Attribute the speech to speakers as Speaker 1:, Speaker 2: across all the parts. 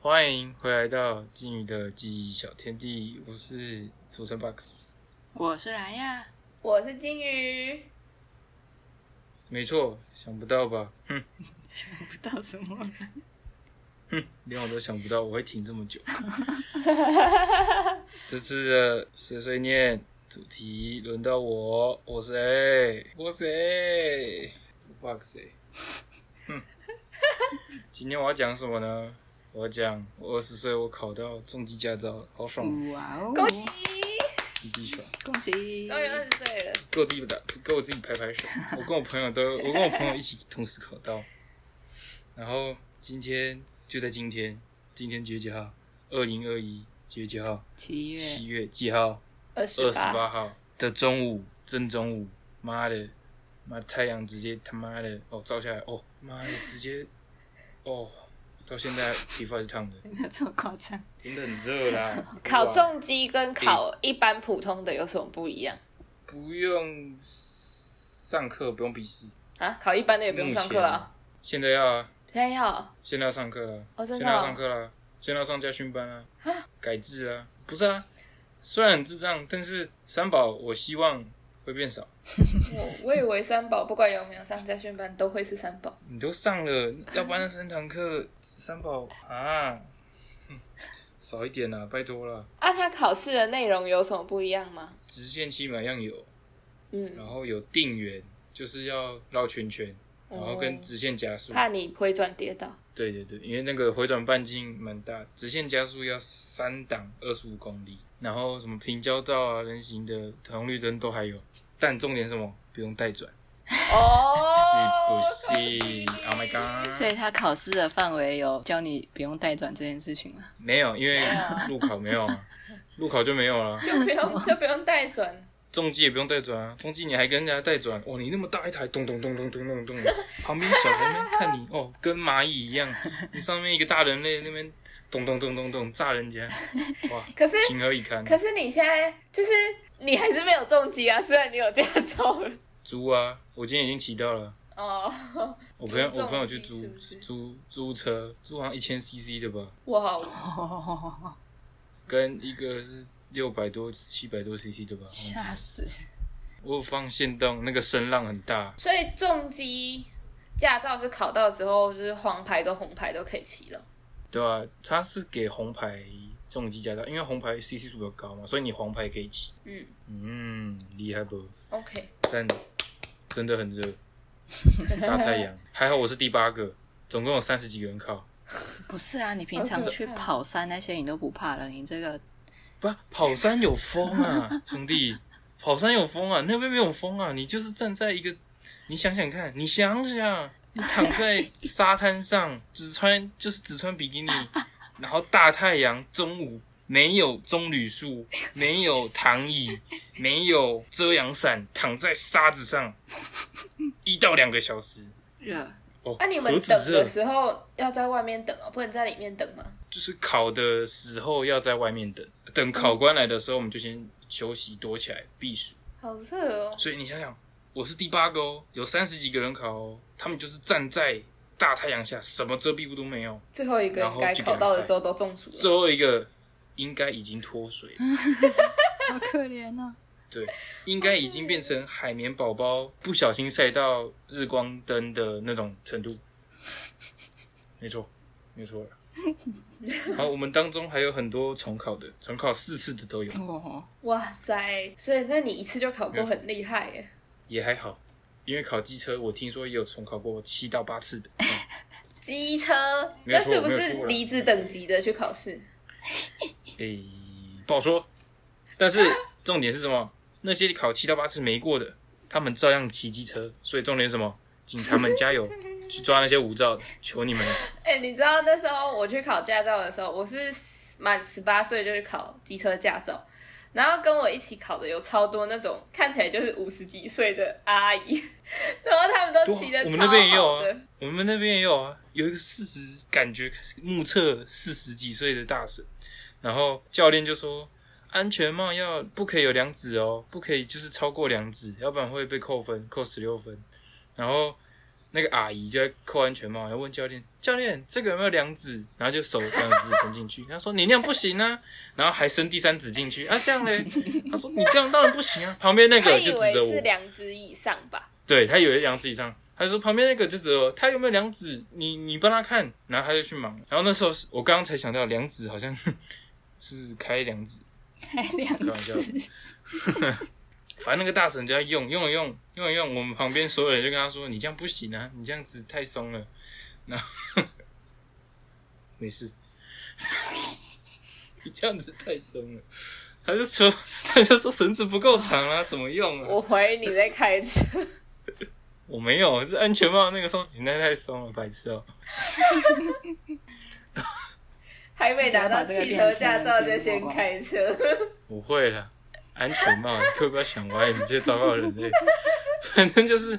Speaker 1: 欢迎回来到金鱼的记忆小天地，我是主持人 Box。
Speaker 2: 我是莱 亚，
Speaker 3: 我是金鱼，
Speaker 1: 没错，想不到吧？哼，
Speaker 2: 想不到什么。
Speaker 1: 连我都想不到我会停这么久。 这次的碎碎念主题轮到我，我谁？我谁？Box 谁？哼，今天我要讲什么呢？我要讲我二十岁我考到重机驾照了，好爽，
Speaker 2: 哇哦！
Speaker 3: 恭喜，
Speaker 1: 一地爽。
Speaker 2: 恭喜！
Speaker 3: 终于二十岁了，
Speaker 1: 给我自己打，给我自己拍拍手。我跟我朋友都，我跟我朋友一起同时考到，然后今天就在今天，今天几月几号？二零二一几月几号？
Speaker 2: 七月
Speaker 1: 七月几号？
Speaker 3: 二
Speaker 1: 二
Speaker 3: 十
Speaker 1: 十八号的中午，正中午，妈的，妈太阳直接他妈的哦照下来，哦妈的直接，哦到现在皮肤还是烫的，
Speaker 2: 没有这么夸张。
Speaker 1: 真的很热啦。
Speaker 3: 考
Speaker 1: 哇
Speaker 3: 重机跟考一般普通的有什么不一样
Speaker 1: 不用上课，不用笔试，
Speaker 3: 啊？考一般的也不用上课啊，
Speaker 1: 现在要啊。
Speaker 3: 现在要
Speaker 1: 现在要上课了，
Speaker 3: 哦真
Speaker 1: 现
Speaker 3: 的哦
Speaker 1: 在要上课了，现在要上家训班了，改制啊，不是啊，虽然很智障，但是三宝我希望会变少。
Speaker 3: 我我以为三宝不管有没有上家训班都会是三宝，
Speaker 1: 你都上了，要不然那三堂课三宝啊，哼少一点啦、拜托啦。
Speaker 3: 啊，他考试的内容有什么不一样吗？
Speaker 1: 直线七秒样有，然
Speaker 3: 嗯，
Speaker 1: 后有定圆，就是要绕圈圈，然后
Speaker 3: 哦
Speaker 1: 跟直线加速。
Speaker 3: 怕你回转跌倒，
Speaker 1: 对对对，因为那个回转半径蛮大，直线加速要三档二十五公里，然后什么平交道啊、人行的红绿灯都还有，但重点是什么？不用带转，
Speaker 3: 哦，
Speaker 1: 是不是
Speaker 3: 恭喜
Speaker 1: ？Oh my god！
Speaker 2: 所以他考试的范围有教你不用带转这件事情吗？
Speaker 1: 没有，因为路考没有啊，路考就没有了。
Speaker 3: 就不 用就不用带转，
Speaker 1: 重机也不用带转啊，重机你还跟人家带转，哦，你那么大一台，咚咚咚咚咚咚咚，旁边小人们看你，哦，跟蚂蚁一样，你上面一个大人类那边咚咚咚咚咚炸人家， 哇，
Speaker 3: 可是
Speaker 1: 情何以堪？
Speaker 3: 可是你现在就是你还是没有重机啊，虽然你有驾照了。
Speaker 1: 租啊！我今天已经骑到了。
Speaker 3: 哦，
Speaker 1: 我朋友，
Speaker 3: 租重机
Speaker 1: 我朋友去租
Speaker 3: 是不是
Speaker 1: 租租车，租好像一千 CC 的吧，
Speaker 3: 哇，
Speaker 2: 哦，
Speaker 1: 跟一个是六百多、七百多 CC 的吧。
Speaker 3: 啊
Speaker 2: 吓死！
Speaker 1: 我有放线动，那个声浪很大，
Speaker 3: 所以重机驾照是考到之后，就是黄牌跟红牌都可以骑了。
Speaker 1: 对吧、啊？它是给红牌重机驾照，因为红牌 CC 数比较高嘛，所以你黄牌可以骑。
Speaker 3: 嗯
Speaker 1: 嗯，厉害不？
Speaker 3: ，OK，
Speaker 1: 但真的很热，大太阳。还好我是第八个，总共有三十几个人考。
Speaker 2: 不是啊，你平常去跑山那些你都不怕了，你这个
Speaker 1: 不，跑山有风啊，兄弟，跑山有风啊，那边没有风啊。你就是站在一个，你想想看，你想想，你躺在沙滩上，只穿就是只穿比 基尼，然后大太阳，中午没有棕榈树，没有躺椅，没有遮阳伞，躺在沙子上，一到两个小时。
Speaker 2: 热
Speaker 1: 哦，
Speaker 3: 那、你们
Speaker 1: 何止
Speaker 3: 等
Speaker 1: 热
Speaker 3: 的时候要在外面等哦，不能在里面等吗？
Speaker 1: 就是考的时候要在外面等，等考官来的时候，我们就先休息，躲起来避暑。
Speaker 3: 好热哦，
Speaker 1: 所以你想想，我是第八个哦，有三十几个人考哦，他们就是站在大太阳下，什么遮蔽物都没有。
Speaker 3: 最后一个
Speaker 1: 然
Speaker 3: 人
Speaker 1: 后
Speaker 3: 该
Speaker 1: 就
Speaker 3: 考到
Speaker 1: 两
Speaker 3: 的
Speaker 1: 赛
Speaker 3: 时候都中暑
Speaker 1: 最
Speaker 3: 了。
Speaker 1: 后一个应该已经脱水了，
Speaker 2: 好可怜哦。
Speaker 1: 对，应该已经变成海绵宝宝不小心晒到日光灯的那种程度。没错，没错了。好，我们当中还有很多重考的，重考四次的都有，
Speaker 2: 哦，
Speaker 3: 哇塞！所以那你一次就考过，很厉害耶。
Speaker 1: 也还好，因为考机车，我听说也有重考过七到八次的。嗯
Speaker 3: 机车，
Speaker 1: 没有
Speaker 3: 那
Speaker 1: 错
Speaker 3: 是不
Speaker 1: 没有
Speaker 3: 是
Speaker 1: 错啦
Speaker 3: 离子等级的去考试？
Speaker 1: 诶、不好说。但是重点是什么？那些考七到八次没过的，他们照样骑机车。所以重点是什么？警察们加油，去抓那些无照的，求你们了！
Speaker 3: 哎、你知道那时候我去考驾照的时候，我是满十八岁就去考机车驾照，然后跟我一起考的有超多那种看起来就是五十几岁的阿姨，然后他们都
Speaker 1: 多
Speaker 3: 骑的
Speaker 1: 我
Speaker 3: 超
Speaker 1: 们
Speaker 3: 好
Speaker 1: 那边也有
Speaker 3: 的
Speaker 1: 啊，我们那边也有啊，有一个四十，感觉目测四十几岁的大婶，然后教练就说。安全帽要不可以有两指哦，不可以就是超过两指，要不然会被扣分，扣十六分。然后那个阿姨就在扣安全帽，然后问教练：“教练，这个有没有两指？”然后就手两指伸进去，他 说：“你那样不行啊。”然后还伸第三指进去啊，这样嘞？他说：“你这样当然不行啊。”旁边那
Speaker 3: 他
Speaker 1: 个
Speaker 3: 以
Speaker 1: 就
Speaker 3: 为
Speaker 1: 指着我
Speaker 3: 是，两只以上吧，
Speaker 1: 对他以为两指以上，他说旁边那个就指着我，他有没有两指？你你帮他看，然后他就去忙。然后那时候是我刚刚才想到两指好像 是开两指，
Speaker 2: 开两
Speaker 1: 开玩笑
Speaker 2: 次，
Speaker 1: 反正那个大神就在用用了用用了用，我们旁边所有人就跟他说：“你这样不行啊，你这样子太松了。”然后没事， 你这样子太松了。他就说，他就说绳子不够长啊，怎么用啊？
Speaker 3: 我怀疑你在开车。
Speaker 1: 我没有，是安全帽那个松紧带太松了，白痴哦、
Speaker 3: 还没拿到汽车驾照就先开车，
Speaker 1: 不会了，安全帽，你可不要想歪，你这些糟糕的人类。 反正就是，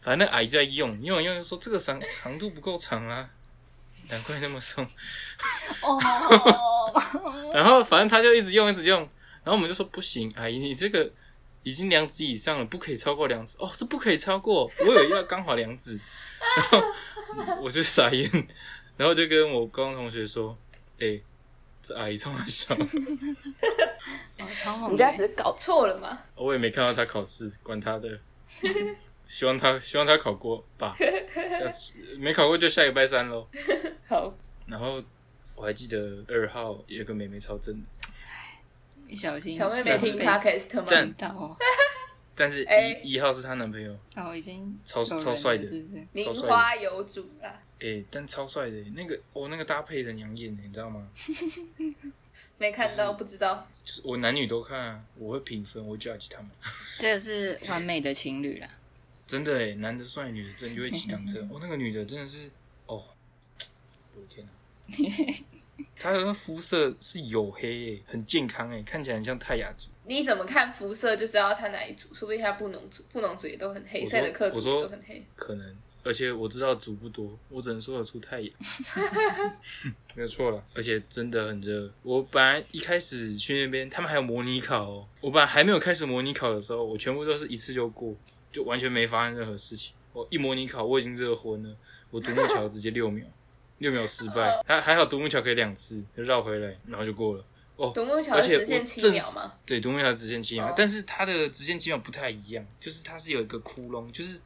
Speaker 1: 反正阿姨在用，用用就说这个长长度不够长啊，难怪那么松。
Speaker 2: 哦，
Speaker 1: 然后反正他就一直用，一直用，然后我们就说不行，阿姨你这个已经两指以上了，不可以超过两指。哦，是不可以超过，我有要刚好两指。然后我就傻眼，然后就跟我高中同学说，哎、这阿姨这么小，
Speaker 2: 哦超猛
Speaker 3: 你
Speaker 2: 的！
Speaker 3: 家只是搞错了嘛？
Speaker 1: 哦我也没看到他考试，管他的。希望他希望他考过吧，下次没考过就下礼拜三喽。
Speaker 3: 好，
Speaker 1: 然后我还记得二号有个妹妹超正的，
Speaker 2: 一小心，啊
Speaker 3: 小妹妹听 podcast
Speaker 1: 赞
Speaker 3: 吗？
Speaker 2: 到哦，
Speaker 1: 但是一、
Speaker 3: 哎
Speaker 1: 一号是她男朋友，
Speaker 2: 哦已经
Speaker 1: 超
Speaker 2: 有人了
Speaker 1: 超帅的
Speaker 2: 是不是？
Speaker 3: 名花有主啦，
Speaker 1: 诶、但超帅的，那个哦、那个搭配很养眼的，你知道吗？
Speaker 3: 没看到不知道。
Speaker 1: 就是我男女都看、啊，我会评分，我会 judge 他们。
Speaker 2: 这个是完美的情侣啦，
Speaker 1: 真的诶，男的帅，女的正，就会骑挡车。哦，那个女的真的是，哦，我的天哪、她的肤色是黝黑耶，很健康诶，看起来很像泰雅族。
Speaker 3: 你怎么看肤色就知道他哪一组，说不定他布农族，布农族也都很黑，
Speaker 1: 我说
Speaker 3: 赛德克
Speaker 1: 我
Speaker 3: 族
Speaker 1: 说
Speaker 3: 都很黑。
Speaker 1: 可能，而且我知道组不多，我只能说得出太阳， 没有错了。而且真的很热，我本来一开始去那边，他们还有模拟考哦。我本来还没有开始模拟考的时候，我全部都是一次就过，就完全没发生任何事情。我一模拟考，我已经热昏了，我独木桥直接六秒，六秒失败，还还好独木桥可以两次，就绕回来，然后就过了。哦，
Speaker 3: 独木桥
Speaker 1: 而且
Speaker 3: 是
Speaker 1: 我
Speaker 3: 直线七
Speaker 1: 正
Speaker 3: 秒
Speaker 1: 是
Speaker 3: 吗？
Speaker 1: 对，独木桥直线七秒，
Speaker 3: 哦
Speaker 1: 但是它的直线七秒不太一样，就是它是有一个窟窿，就是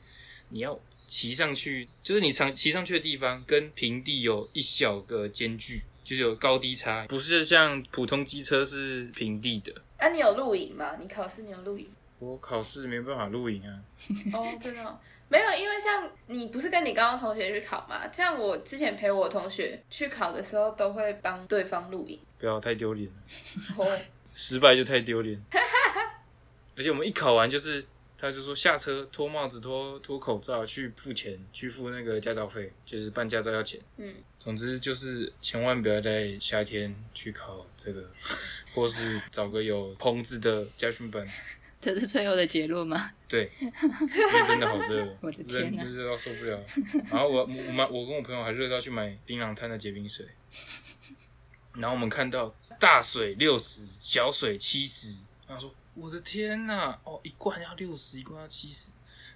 Speaker 1: 你要骑上去，就是你上骑上去的地方跟平地有一小个间距，就是有高低差，不是像普通机车是平地的。
Speaker 3: 啊，你有录影吗？你考试你有录影？
Speaker 1: 我考试没办法录影啊，
Speaker 3: 哦，真的哦、没有，因为像你不是跟你高中同学去考嘛？像我之前陪我同学去考的时候，都会帮对方录影。
Speaker 1: 不要太丢脸了，
Speaker 3: 哦，
Speaker 1: 失败就太丢脸。 而且我们一考完就是，他就说下车脱帽子、脱脱口罩去付钱，去付那个驾照费，就是办驾照要钱。
Speaker 3: 嗯，
Speaker 1: 总之就是千万不要在夏天去考这个， 或是找个有棚子的家训班。
Speaker 2: 这是最后的结论吗？
Speaker 1: 对，因为真的好热，
Speaker 2: 我的天哪
Speaker 1: 热热到受不了。然后我我买我跟我朋友还热到去买槟榔摊的结冰 水，然后我们看到大水六十，小水七十，然后说我的天哪，哦，一罐要六十，一罐要七十。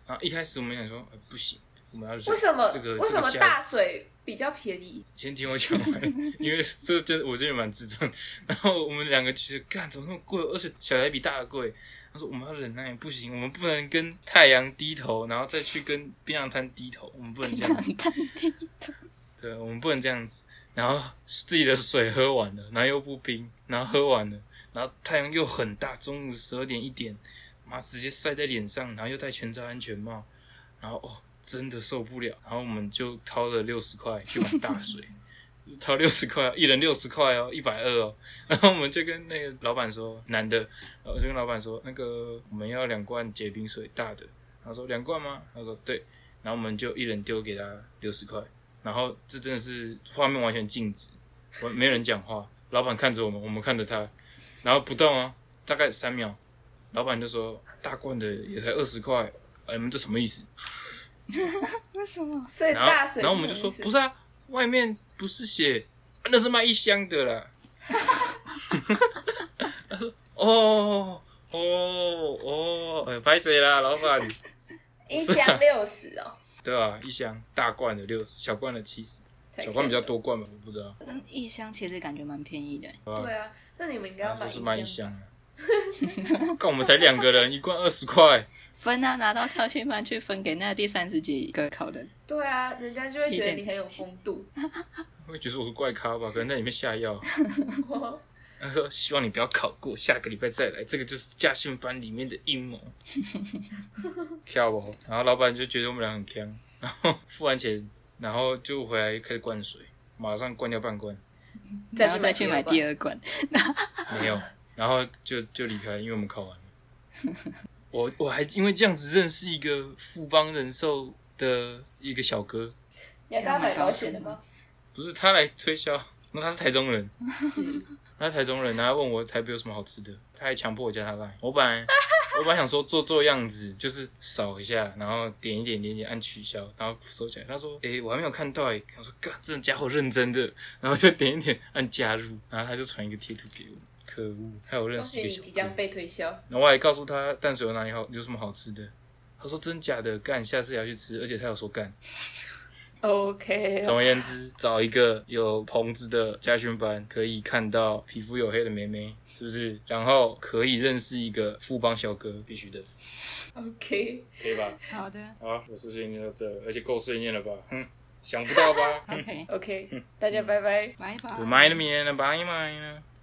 Speaker 1: 然后一开始我们想说，呃、不行，我们要忍
Speaker 3: 为什么、
Speaker 1: 这个
Speaker 3: 为什么
Speaker 1: 这个价
Speaker 3: 大水比较便宜？
Speaker 1: 先听我讲完，因为这真的我真的蛮智障。然后我们两个就觉得，干怎么那么贵，而且小台比大的贵。他说我们要忍耐，不行，我们不能跟太阳低头，然后再去跟槟榔摊低头，我们不能这样，
Speaker 2: 淡定
Speaker 1: 对，我们不能这样子。然后自己的水喝完了，然后又不冰，然后喝完了，然后太阳又很大，中午十二点一点，妈直接晒在脸上，然后又戴全罩安全帽，然后哦真的受不了，然后我们就掏了六十块去买大水， 掏六十块，一人六十块哦，一百二哦， 然后我们就跟那个老板说，男的，然后就跟老板说，那个我们要两罐结冰水大的，他说两罐吗？他说对，然后我们就一人丢给他六十块，然后这真的是画面完全静止，我没人讲话，老板看着我们，我们看着他，然后不动哦，大概三秒，老板就说大罐的也才二十块，哎，你们这什么意思？
Speaker 2: 为什么？
Speaker 3: 所以
Speaker 1: 然后
Speaker 3: 大水
Speaker 1: 然后我们就说
Speaker 3: 是什么意思
Speaker 1: 不是啊，外面不是写啊那是卖一箱的啦。 他说哦哦哦，哎，拍谁啦，老板？
Speaker 3: 一箱六十哦，
Speaker 1: 对啊，一箱大罐的六十，小罐的七十，小罐比较。多罐吧，我不知道。
Speaker 2: 嗯一箱其实感觉蛮便宜的，
Speaker 3: 对啊，那你们应该要
Speaker 1: 他说
Speaker 3: 买一
Speaker 1: 是卖一
Speaker 3: 箱
Speaker 1: 箱啊， 看我们才两个人，一罐二十块，
Speaker 2: 分啊拿到校庆班去分给那第三十几个考的，
Speaker 3: 对啊，人家就会觉得
Speaker 2: 一点
Speaker 3: 你很有风 度。
Speaker 1: 会觉得我是怪咖吧？可能在里面下药。他说：“希望你不要考过，下个礼拜再来。这个就是驾训班里面的阴谋， 跳哦。”然后老板就觉得我们俩很强，然后付完钱，然后就回来开始灌水，马上灌掉半罐，
Speaker 2: 然后再去买第
Speaker 3: 二。
Speaker 2: 二罐。
Speaker 1: 没有，然后就就离开，因为我们考完了。我我还因为这样子认识一个富邦人寿的一个小哥，
Speaker 3: 你要跟他买保险的吗？
Speaker 1: 不是他来推销， 那他是台中人， 他是台中人，然后他问我台北有什么好吃的，他还强迫我加他来。我本来 我本来想说做做样子，就是扫一下，然后点一点点一点按取消，然后收起来。他说：“诶、我还没有看到诶、我说：“干，这家伙认真的。”然后就点一点按加入，然后他就传一个贴图给我。可恶，还有认
Speaker 3: 恭
Speaker 1: 识
Speaker 3: 喜
Speaker 1: 一个
Speaker 3: 你嗯
Speaker 1: 小
Speaker 3: 即将
Speaker 1: 哥，
Speaker 3: 被推销。
Speaker 1: 然后我还告诉他淡水有哪里好，有什么好吃的。他说：“真假的，干，下次也要去吃。”而且他有说干。
Speaker 3: OK，
Speaker 1: 总而言之，找一个有棚子的家训班，可以看到皮肤黝黑的妹妹，是不是？然后可以认识一个富邦小哥，必须的，
Speaker 3: OK，
Speaker 1: 可以吧？
Speaker 2: 好的
Speaker 1: 好，我碎碎念到这了，而且够碎念了吧？哼，想不到吧
Speaker 2: ，OK，
Speaker 3: OK，大家拜拜。
Speaker 2: 拜拜。
Speaker 1: 哎？Remind me and bye m i n